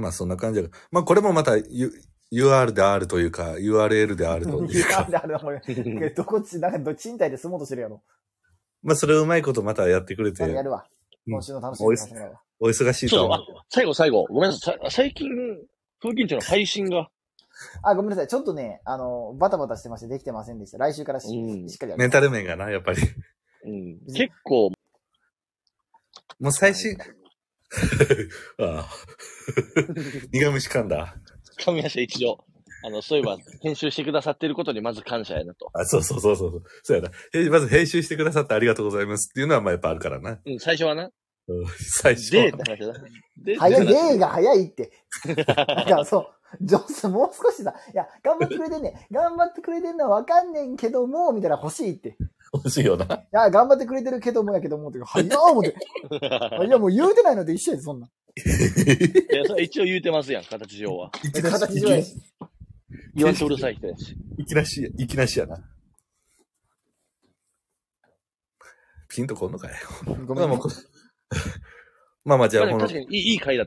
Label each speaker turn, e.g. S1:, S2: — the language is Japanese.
S1: まあそんな感じだがまあこれもまた、U、UR であるというか、URL である という
S2: な
S1: か
S2: ん。であれだ、これ。どこっち、なんかど、賃貸で住もうとしてるやろ。
S1: まあそれをうまいことまたやってくれ
S2: なんかや
S1: て、
S2: るわ。
S1: うん
S2: 今週の楽しみにさせてもらうわ。
S1: お忙しいと
S3: そう、
S1: 思
S3: あ
S1: う。、
S3: 最後最後。ごめんなさい。さ最近、風景長の配信が。
S2: あ、ごめんなさい。ちょっとね、あの、バタバタしてましてできてませんでした。来週からし,、
S3: うん
S2: しっかりや
S1: メ
S2: る。
S1: ンタル面がな、やっぱり。
S3: うん、結構、
S1: もう最新、 ああ、苦虫噛んだ。
S3: 噛みました、一応。あの、そういえば、編集してくださってることにまず感謝やなと。
S1: あ、そうそうそうそうそう。そうやな。えまず編集してくださってありがとうございますっていうのはまあやっぱあるからな。
S3: うん、最初はな。
S1: うん最初は
S3: で、って話だな。で、
S2: 早い、
S3: って話
S2: 例が早いって。だからそう、ジョンスもう少しだ。いや、頑張ってくれてんねん。頑張ってくれてんのはわかんねんけども、みたいな欲しいって。い
S1: 欲しいよな。
S2: や、頑張ってくれてるけどもやけども、って早い思って。いや、もう言うてないのと一緒やで、そんな。
S3: いや、それ一応言うてますやん、形上は。
S2: 形上やし。
S3: 言わんとうるさい人やし。
S1: いきなし、いきなしやな。ピンとこんのかい。
S2: ごめ
S1: まあま
S2: ん、ね
S1: あ、。まあまあじゃ
S3: ま
S1: あ
S3: あで
S1: こ
S3: も
S1: の
S3: 確かにいいいい回だ